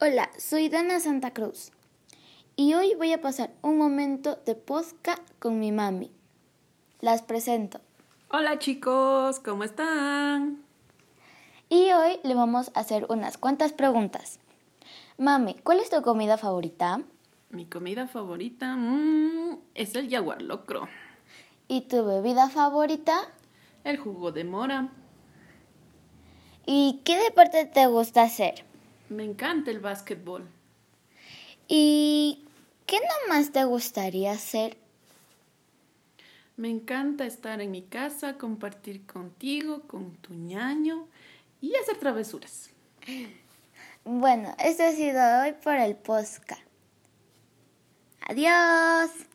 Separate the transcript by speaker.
Speaker 1: Hola, soy Dana Santa Cruz y hoy voy a pasar un momento de podcast con mi mami. Las presento.
Speaker 2: Hola chicos, ¿cómo están?
Speaker 1: Y hoy le vamos a hacer unas cuantas preguntas. Mami, ¿cuál es tu comida favorita?
Speaker 2: Mi comida favorita mm, es el jaguar locro,
Speaker 1: ¿Y tu bebida favorita?
Speaker 2: el jugo de mora.
Speaker 1: ¿Y qué deporte te gusta hacer?
Speaker 2: Me encanta el básquetbol.
Speaker 1: ¿Y qué nomás te gustaría hacer?
Speaker 2: Me encanta estar en mi casa, compartir contigo, con tu ñaño y hacer travesuras.
Speaker 1: Bueno, esto ha sido hoy por el podcast. Adiós.